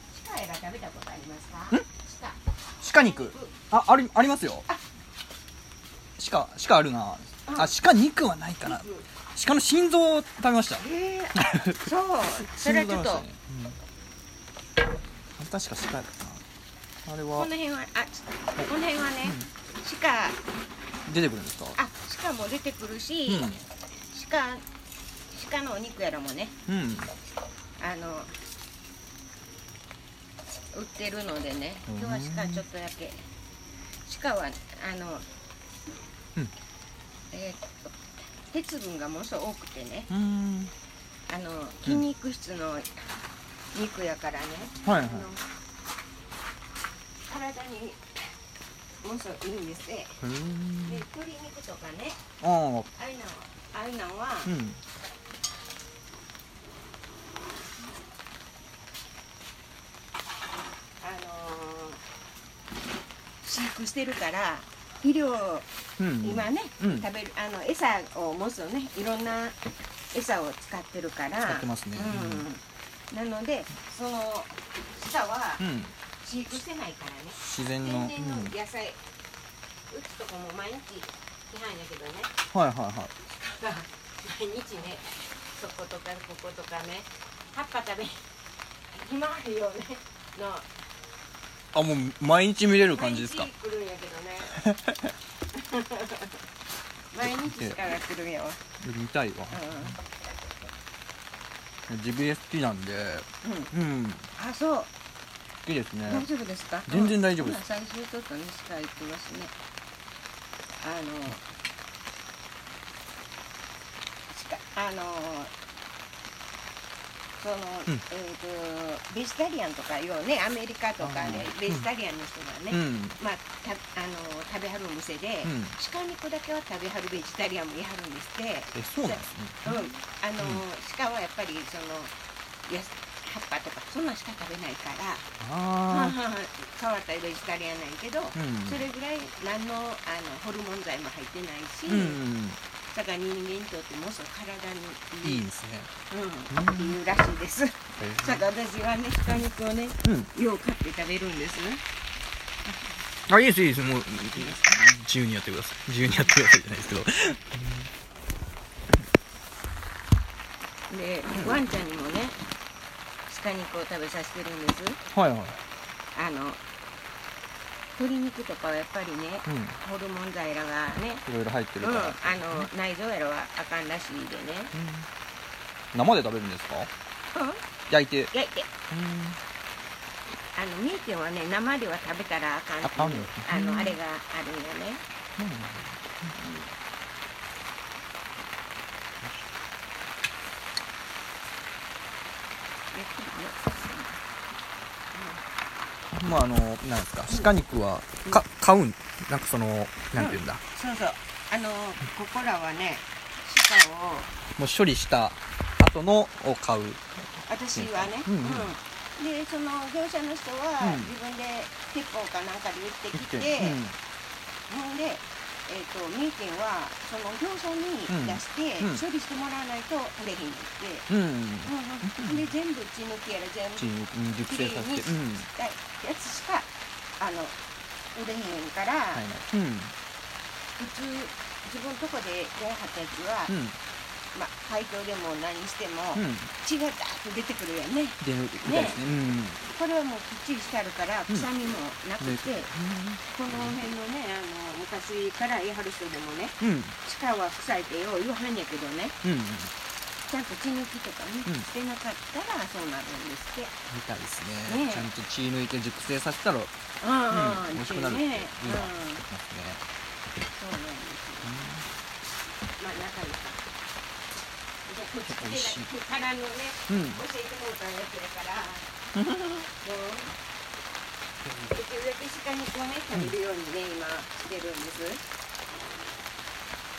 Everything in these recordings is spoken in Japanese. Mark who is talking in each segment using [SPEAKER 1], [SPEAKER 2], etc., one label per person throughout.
[SPEAKER 1] 食べたことありますか
[SPEAKER 2] ん
[SPEAKER 1] 鹿
[SPEAKER 2] 鹿肉あありありますよ
[SPEAKER 1] あ
[SPEAKER 2] 鹿鹿あるなあ鹿肉はないかな
[SPEAKER 1] 肉
[SPEAKER 2] 鹿の心臓を食べました
[SPEAKER 1] えー、あそう それは
[SPEAKER 2] 心
[SPEAKER 1] ち
[SPEAKER 2] 臓
[SPEAKER 1] ょ
[SPEAKER 2] 食べま
[SPEAKER 1] っ
[SPEAKER 2] し
[SPEAKER 1] と
[SPEAKER 2] たねうん確か鹿やったなあれ
[SPEAKER 1] この
[SPEAKER 2] は
[SPEAKER 1] 辺はあこの辺はね鹿
[SPEAKER 2] 出てくるんですか
[SPEAKER 1] あ鹿も出てくるし、
[SPEAKER 2] う
[SPEAKER 1] 鹿鹿のお肉やらもね
[SPEAKER 2] んうん
[SPEAKER 1] あの売ってるのでね
[SPEAKER 2] うん
[SPEAKER 1] 今日は鹿ちょっとだけ鹿はあの、
[SPEAKER 2] うん
[SPEAKER 1] えーっと鉄分がものすごく多くてね
[SPEAKER 2] うん
[SPEAKER 1] あの筋肉質の肉やからね、
[SPEAKER 2] はいはい
[SPEAKER 1] あの体にものすごくいいんですね
[SPEAKER 2] うん
[SPEAKER 1] で鶏肉とかね
[SPEAKER 2] あ
[SPEAKER 1] ああいうのああいうのは、
[SPEAKER 2] あうん
[SPEAKER 1] あのー飼育してるから肥料を
[SPEAKER 2] うん
[SPEAKER 1] 今ね、
[SPEAKER 2] うん
[SPEAKER 1] 食べるあの餌を持つのねいろんな餌を使ってるから
[SPEAKER 2] 使ってますね
[SPEAKER 1] うんなのでその草は
[SPEAKER 2] うん
[SPEAKER 1] 飼育してないからね、
[SPEAKER 2] 自然の、うん、
[SPEAKER 1] 天
[SPEAKER 2] はい
[SPEAKER 1] 然の野菜、うちとかも毎日批判やけどね
[SPEAKER 2] はいは
[SPEAKER 1] 毎日ねそことかこことかね葉っぱ食べひまわりをねの
[SPEAKER 2] いあもう毎日見れる感じですか
[SPEAKER 1] 毎日来るんやけど ね毎日から来るんやわ
[SPEAKER 2] 見たいわ
[SPEAKER 1] う
[SPEAKER 2] GBS 好きなんで
[SPEAKER 1] ん、うん、
[SPEAKER 2] うん好
[SPEAKER 1] あそう
[SPEAKER 2] きですね
[SPEAKER 1] 大丈夫ですか
[SPEAKER 2] 全然大丈夫です
[SPEAKER 1] うん最終ちょっとね下行きますねあの鹿あのその、
[SPEAKER 2] うん
[SPEAKER 1] えーとベジタリアンとかようねアメリカとかね
[SPEAKER 2] あー
[SPEAKER 1] ベジタリアンの人が
[SPEAKER 2] う
[SPEAKER 1] ね、
[SPEAKER 2] ん
[SPEAKER 1] まあたあの食べはるお店で、
[SPEAKER 2] うん
[SPEAKER 1] 鹿肉だけは食べはるベジタリアンもいはるんですって
[SPEAKER 2] えそうなんです
[SPEAKER 1] うん、あ
[SPEAKER 2] ね
[SPEAKER 1] の、鹿はやっぱりそのやす葉っぱとかそんなんしか食べないから、はあ
[SPEAKER 2] あ
[SPEAKER 1] はあ変わったベジタリアンなんやけど、
[SPEAKER 2] あうん
[SPEAKER 1] それぐらい何のあのホルモン剤も入ってないし、
[SPEAKER 2] うん
[SPEAKER 1] だから人間にとってものすごく体に
[SPEAKER 2] い
[SPEAKER 1] いい
[SPEAKER 2] いですね
[SPEAKER 1] うんっていうらしいです。だから私はね鹿肉をね
[SPEAKER 2] うん
[SPEAKER 1] よう買って食べるんですね。
[SPEAKER 2] あいいですいいですもう自由にやってください自由にやってくださいじゃないですけど
[SPEAKER 1] でワンちゃんにもね鹿肉を食べさせてるんです。
[SPEAKER 2] はいはい
[SPEAKER 1] あの鶏肉とかはやっぱりね
[SPEAKER 2] うん
[SPEAKER 1] ホルモン剤らがね、
[SPEAKER 2] いろいろ入って
[SPEAKER 1] うん、
[SPEAKER 2] る
[SPEAKER 1] あ
[SPEAKER 2] から、
[SPEAKER 1] の内臓やらはあかんらしいでね、
[SPEAKER 2] うん生で食べるんですか
[SPEAKER 1] うん、
[SPEAKER 2] 焼いて
[SPEAKER 1] いやいやあの三重県はね生では食べたらあかんっていう
[SPEAKER 2] あかんの
[SPEAKER 1] あ
[SPEAKER 2] うん
[SPEAKER 1] のあれがあるんやね
[SPEAKER 2] まああのなんですか鹿肉はか買うんなんかそのなんていうんだ
[SPEAKER 1] そうそうあのここらはね鹿を
[SPEAKER 2] もう処理した後のを買う
[SPEAKER 1] 私はね、
[SPEAKER 2] うんうん
[SPEAKER 1] でその業者の人は
[SPEAKER 2] うん
[SPEAKER 1] 自分で鉄砲かなんかで売ってきて、
[SPEAKER 2] うん
[SPEAKER 1] ほんで、えー、と三重県はその業者に出して
[SPEAKER 2] うんうん
[SPEAKER 1] 処理してもらわないと取れへんって言って、
[SPEAKER 2] うん
[SPEAKER 1] うんうん、で全部血抜きやら全部
[SPEAKER 2] 地にうん熟成さ
[SPEAKER 1] きれ
[SPEAKER 2] せて
[SPEAKER 1] いに
[SPEAKER 2] うん
[SPEAKER 1] やつしかあの売れへんから、
[SPEAKER 2] はいはいうん
[SPEAKER 1] 普通自分とこでやらはったやつは、
[SPEAKER 2] うん
[SPEAKER 1] まあ解凍でも何しても、
[SPEAKER 2] うん
[SPEAKER 1] 血がダーッと出てくるやんね
[SPEAKER 2] でみたいですねうん
[SPEAKER 1] これはもうきっちりしてあるから
[SPEAKER 2] うん
[SPEAKER 1] 臭みもなく
[SPEAKER 2] で
[SPEAKER 1] て、この辺のねあの昔からやはる人でもね
[SPEAKER 2] うんうん
[SPEAKER 1] 鹿は臭いってよう言わはんやけどね
[SPEAKER 2] うん
[SPEAKER 1] ちゃんと血抜きとかね、
[SPEAKER 2] うん
[SPEAKER 1] してなかったらそうなるんですって
[SPEAKER 2] みたいです
[SPEAKER 1] ね
[SPEAKER 2] ねちゃんと血抜いて熟成させたら
[SPEAKER 1] ああ、
[SPEAKER 2] うん美味しくなるって
[SPEAKER 1] ね
[SPEAKER 2] いうのは
[SPEAKER 1] うん
[SPEAKER 2] ますね
[SPEAKER 1] そうなんですよまあ仲良かじゃあこっち
[SPEAKER 2] 美味しい
[SPEAKER 1] 手がからのね
[SPEAKER 2] うんうん
[SPEAKER 1] 教えてもらったやつやからもうできるだけ鹿肉をね食べるようにね今してるんです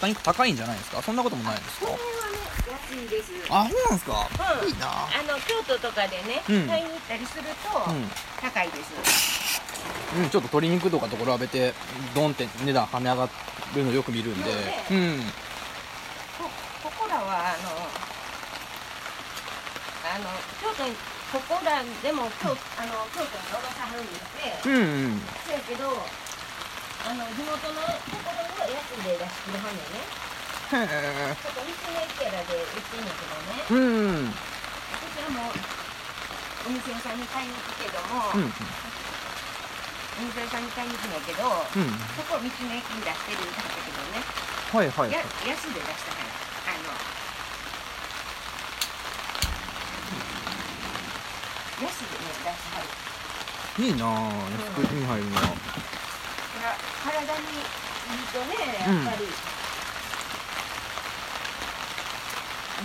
[SPEAKER 2] 鹿肉高いんじゃないですかそんなこともないです
[SPEAKER 1] こ
[SPEAKER 2] か
[SPEAKER 1] れはね安いです
[SPEAKER 2] あそうなんですか
[SPEAKER 1] うん
[SPEAKER 2] いいな
[SPEAKER 1] あの京都とかでね、
[SPEAKER 2] うん
[SPEAKER 1] 買いに行ったりすると
[SPEAKER 2] う
[SPEAKER 1] 高いです、
[SPEAKER 2] ん、うん、ちょっと鶏肉とかと比べてドンって値段跳ね上がるのよく見るんで
[SPEAKER 1] そう
[SPEAKER 2] うん
[SPEAKER 1] こここらはあのあの京都にここらでも京あの京都におばさんあるんですって
[SPEAKER 2] うんうん
[SPEAKER 1] そやけどあの地元のところのやつで出してるはんねんね
[SPEAKER 2] へえ
[SPEAKER 1] ちょっと道の駅やらで売ってんだけどね
[SPEAKER 2] うんうん
[SPEAKER 1] 私はもうお店屋さんに買いに行くけども、
[SPEAKER 2] うん
[SPEAKER 1] お店屋さんに買いに行くんだけど、
[SPEAKER 2] うん
[SPEAKER 1] そこ道の駅に出してるんだったけどね、
[SPEAKER 2] はいはいはい
[SPEAKER 1] や安で出したからあの、安でね出してはる
[SPEAKER 2] いいなあ安く手に入るな
[SPEAKER 1] から体にいいとねやっぱり、で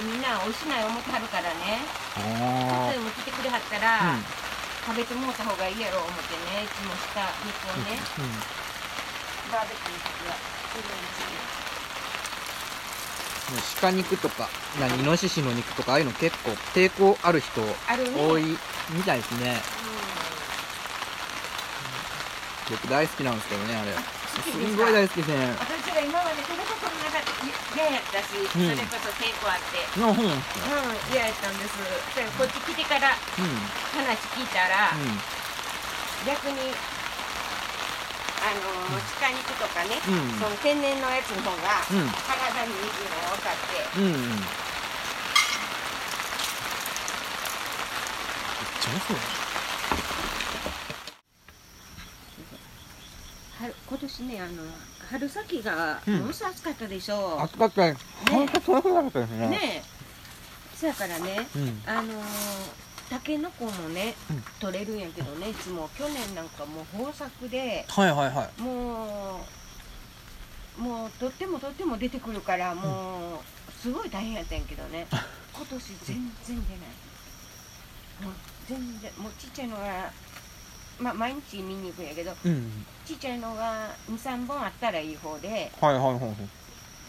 [SPEAKER 1] みんなおしない思ってはるからね
[SPEAKER 2] あ
[SPEAKER 1] 例えも来てくれはった
[SPEAKER 2] あ
[SPEAKER 1] ら、食べてもうた方がいいやろ思ってねいつもした肉をね、
[SPEAKER 2] うんうん
[SPEAKER 1] バーベキューとかするんですよ
[SPEAKER 2] 鹿肉とか何イノシシの肉とかああいうの結構抵抗ある人
[SPEAKER 1] あるね
[SPEAKER 2] 多い
[SPEAKER 1] うん、
[SPEAKER 2] みたいですね僕大好きなんですけどねあれ
[SPEAKER 1] 好きですす
[SPEAKER 2] ごい
[SPEAKER 1] か
[SPEAKER 2] 大好きですね
[SPEAKER 1] 私が今まで食べたこともなかった嫌やったし、それこそ抵抗あって
[SPEAKER 2] の本うん
[SPEAKER 1] う
[SPEAKER 2] うん
[SPEAKER 1] ん嫌やったんですだからこっち来てから話聞いたら、逆にあのー鹿肉とかね、
[SPEAKER 2] うん
[SPEAKER 1] その天然のやつの方が
[SPEAKER 2] うん
[SPEAKER 1] 体にいいのが分かって、
[SPEAKER 2] うんうんめっちゃうまそうだ
[SPEAKER 1] は今年ねあの春先が
[SPEAKER 2] うん
[SPEAKER 1] ものすごく暑かったでしょ
[SPEAKER 2] 暑かったです
[SPEAKER 1] ね
[SPEAKER 2] 本当にそうなかったです
[SPEAKER 1] う、
[SPEAKER 2] ね
[SPEAKER 1] ねえそやからね
[SPEAKER 2] うん
[SPEAKER 1] あのータケノコもね
[SPEAKER 2] うん
[SPEAKER 1] 取れるんやけどねいつも去年なんかもう豊作で
[SPEAKER 2] はいはいはい
[SPEAKER 1] もうもうとってもとっても出てくるからもうすごい大変やったんやけどね今年全然出ないもう全然もうちっちゃいのがまあ毎日見に行くんやけど
[SPEAKER 2] うん
[SPEAKER 1] ちっちゃいのが23本あったらいい方で
[SPEAKER 2] はいはいはいは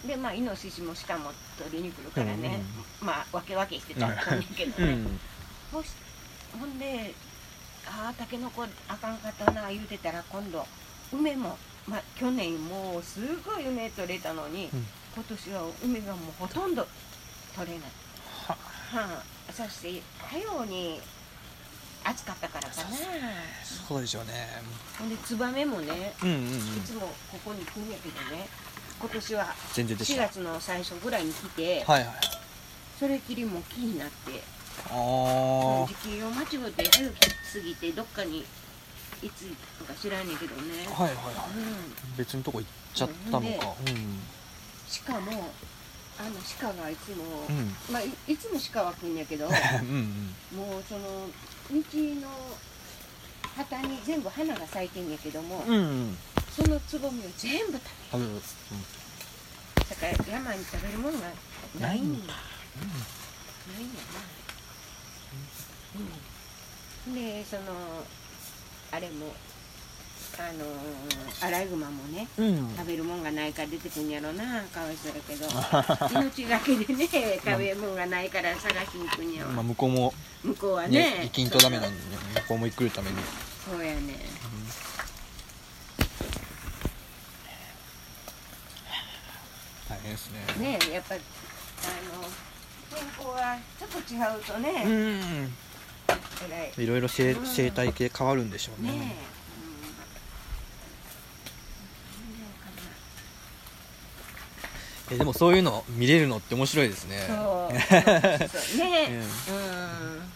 [SPEAKER 2] い
[SPEAKER 1] でまあイノシシもシカも取りに来るから
[SPEAKER 2] うんうん
[SPEAKER 1] ね、まあ分け分けしてたんだけど
[SPEAKER 2] う
[SPEAKER 1] ね、
[SPEAKER 2] ん
[SPEAKER 1] ほしほんでああたけのこあかんかったな言うてたら今度梅も、まあ、去年もうすごい梅取れたのに、
[SPEAKER 2] うん
[SPEAKER 1] 今年は梅がもうほとんど取れない
[SPEAKER 2] は
[SPEAKER 1] はあそして太陽に暑かったからかな
[SPEAKER 2] そうでしょうね
[SPEAKER 1] ほんでツバメもね
[SPEAKER 2] うんうんうん
[SPEAKER 1] いつもここに来るんやけどね今年は
[SPEAKER 2] 全然でし
[SPEAKER 1] 4
[SPEAKER 2] た
[SPEAKER 1] 月の最初ぐらいに来て、
[SPEAKER 2] はいはい
[SPEAKER 1] それっきりもう木になって
[SPEAKER 2] あ
[SPEAKER 1] 時期を間違って早く過ぎてどっかにいつとか知らんねんけどね、
[SPEAKER 2] あはいはいはい
[SPEAKER 1] うん、
[SPEAKER 2] 別のとこ行っちゃったの
[SPEAKER 1] で
[SPEAKER 2] か
[SPEAKER 1] しかもあの鹿がいつも、
[SPEAKER 2] うんうん
[SPEAKER 1] まあいいつも鹿は来んやけど も
[SPEAKER 2] うん
[SPEAKER 1] うその道の旗に全部花が咲いてんやけども、
[SPEAKER 2] うんうん
[SPEAKER 1] そのつぼみを全部食べ
[SPEAKER 2] 食べるうん
[SPEAKER 1] だから山に食べるものがないんやないんやな、うん、でそのあれもあのーアライグマもね
[SPEAKER 2] うん
[SPEAKER 1] 食べるもんがないから出てくんやろなかわいそうだ けど命がけでね食べるもんがないから探しに行くんやわ、
[SPEAKER 2] まあ向こうも
[SPEAKER 1] 向こうはね
[SPEAKER 2] ね生きんとダメなんでね向こうも生きるために
[SPEAKER 1] そうやね
[SPEAKER 2] 大変ですね
[SPEAKER 1] ねやっぱあの天候がちょっと違うとね、
[SPEAKER 2] う
[SPEAKER 1] え
[SPEAKER 2] ん
[SPEAKER 1] らい
[SPEAKER 2] いろいろ生
[SPEAKER 1] うん
[SPEAKER 2] 生態系変わるんでしょう
[SPEAKER 1] ねえ、うん、
[SPEAKER 2] ねえでもそういうの見れるのって面白いですね
[SPEAKER 1] そうそうねえ、
[SPEAKER 2] え
[SPEAKER 1] うん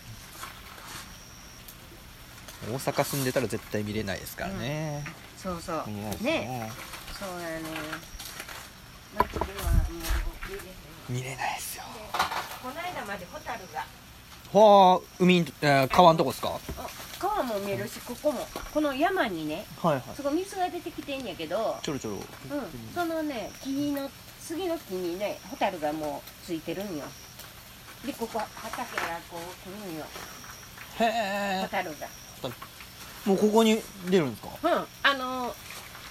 [SPEAKER 2] 大阪住んでたら絶対見れないですからね
[SPEAKER 1] そうそう
[SPEAKER 2] うん
[SPEAKER 1] ねえそうやねまあ次はもういいですね
[SPEAKER 2] 見れないですよ
[SPEAKER 1] でこの間までホタルが
[SPEAKER 2] はあ海んえー川のとこですかは
[SPEAKER 1] あ川も見えるしここもこの山にね
[SPEAKER 2] いはい
[SPEAKER 1] そこ水が出てきてんやけど、
[SPEAKER 2] ちょろちょろ
[SPEAKER 1] うん、そのね木の杉の木にねホタルがもうついてるんよでここ畑がこう来るんよ
[SPEAKER 2] へ
[SPEAKER 1] ホ
[SPEAKER 2] え
[SPEAKER 1] タルが
[SPEAKER 2] もうここに出るんですか
[SPEAKER 1] うんあのー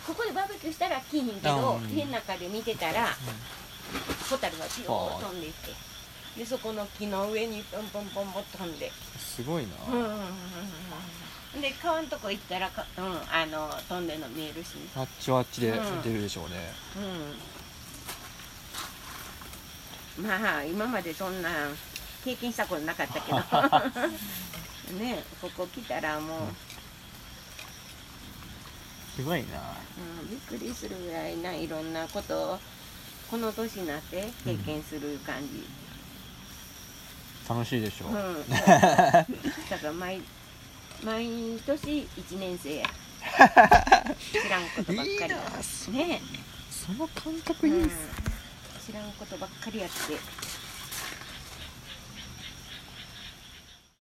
[SPEAKER 1] ここでバーベキューしたら来ひんけ
[SPEAKER 2] あう
[SPEAKER 1] ど
[SPEAKER 2] ん
[SPEAKER 1] 家の中で見てたらホタルがピューンと飛んでいってでそこの木の上にポンポンポンポン飛んです
[SPEAKER 2] ごいな
[SPEAKER 1] うんうんうんうんうんで川のとこ行ったらか、うん、あの飛んでるの見えるし、ね、
[SPEAKER 2] あっちはあっちで
[SPEAKER 1] うん
[SPEAKER 2] 出るでしょうね
[SPEAKER 1] うんまあ今までそんな経験したことなかったけどねここ来たらもう、
[SPEAKER 2] すごいな
[SPEAKER 1] うん、びっくりするぐらいないろんなことをこの年になって経験する感じ、
[SPEAKER 2] 楽しいでしょ
[SPEAKER 1] うん だから毎毎年1年生 や知らんことばっかりや
[SPEAKER 2] いいなそ
[SPEAKER 1] ね
[SPEAKER 2] その感
[SPEAKER 1] う
[SPEAKER 2] 覚
[SPEAKER 1] ん
[SPEAKER 2] いいっす、
[SPEAKER 1] 知らんことばっかりやって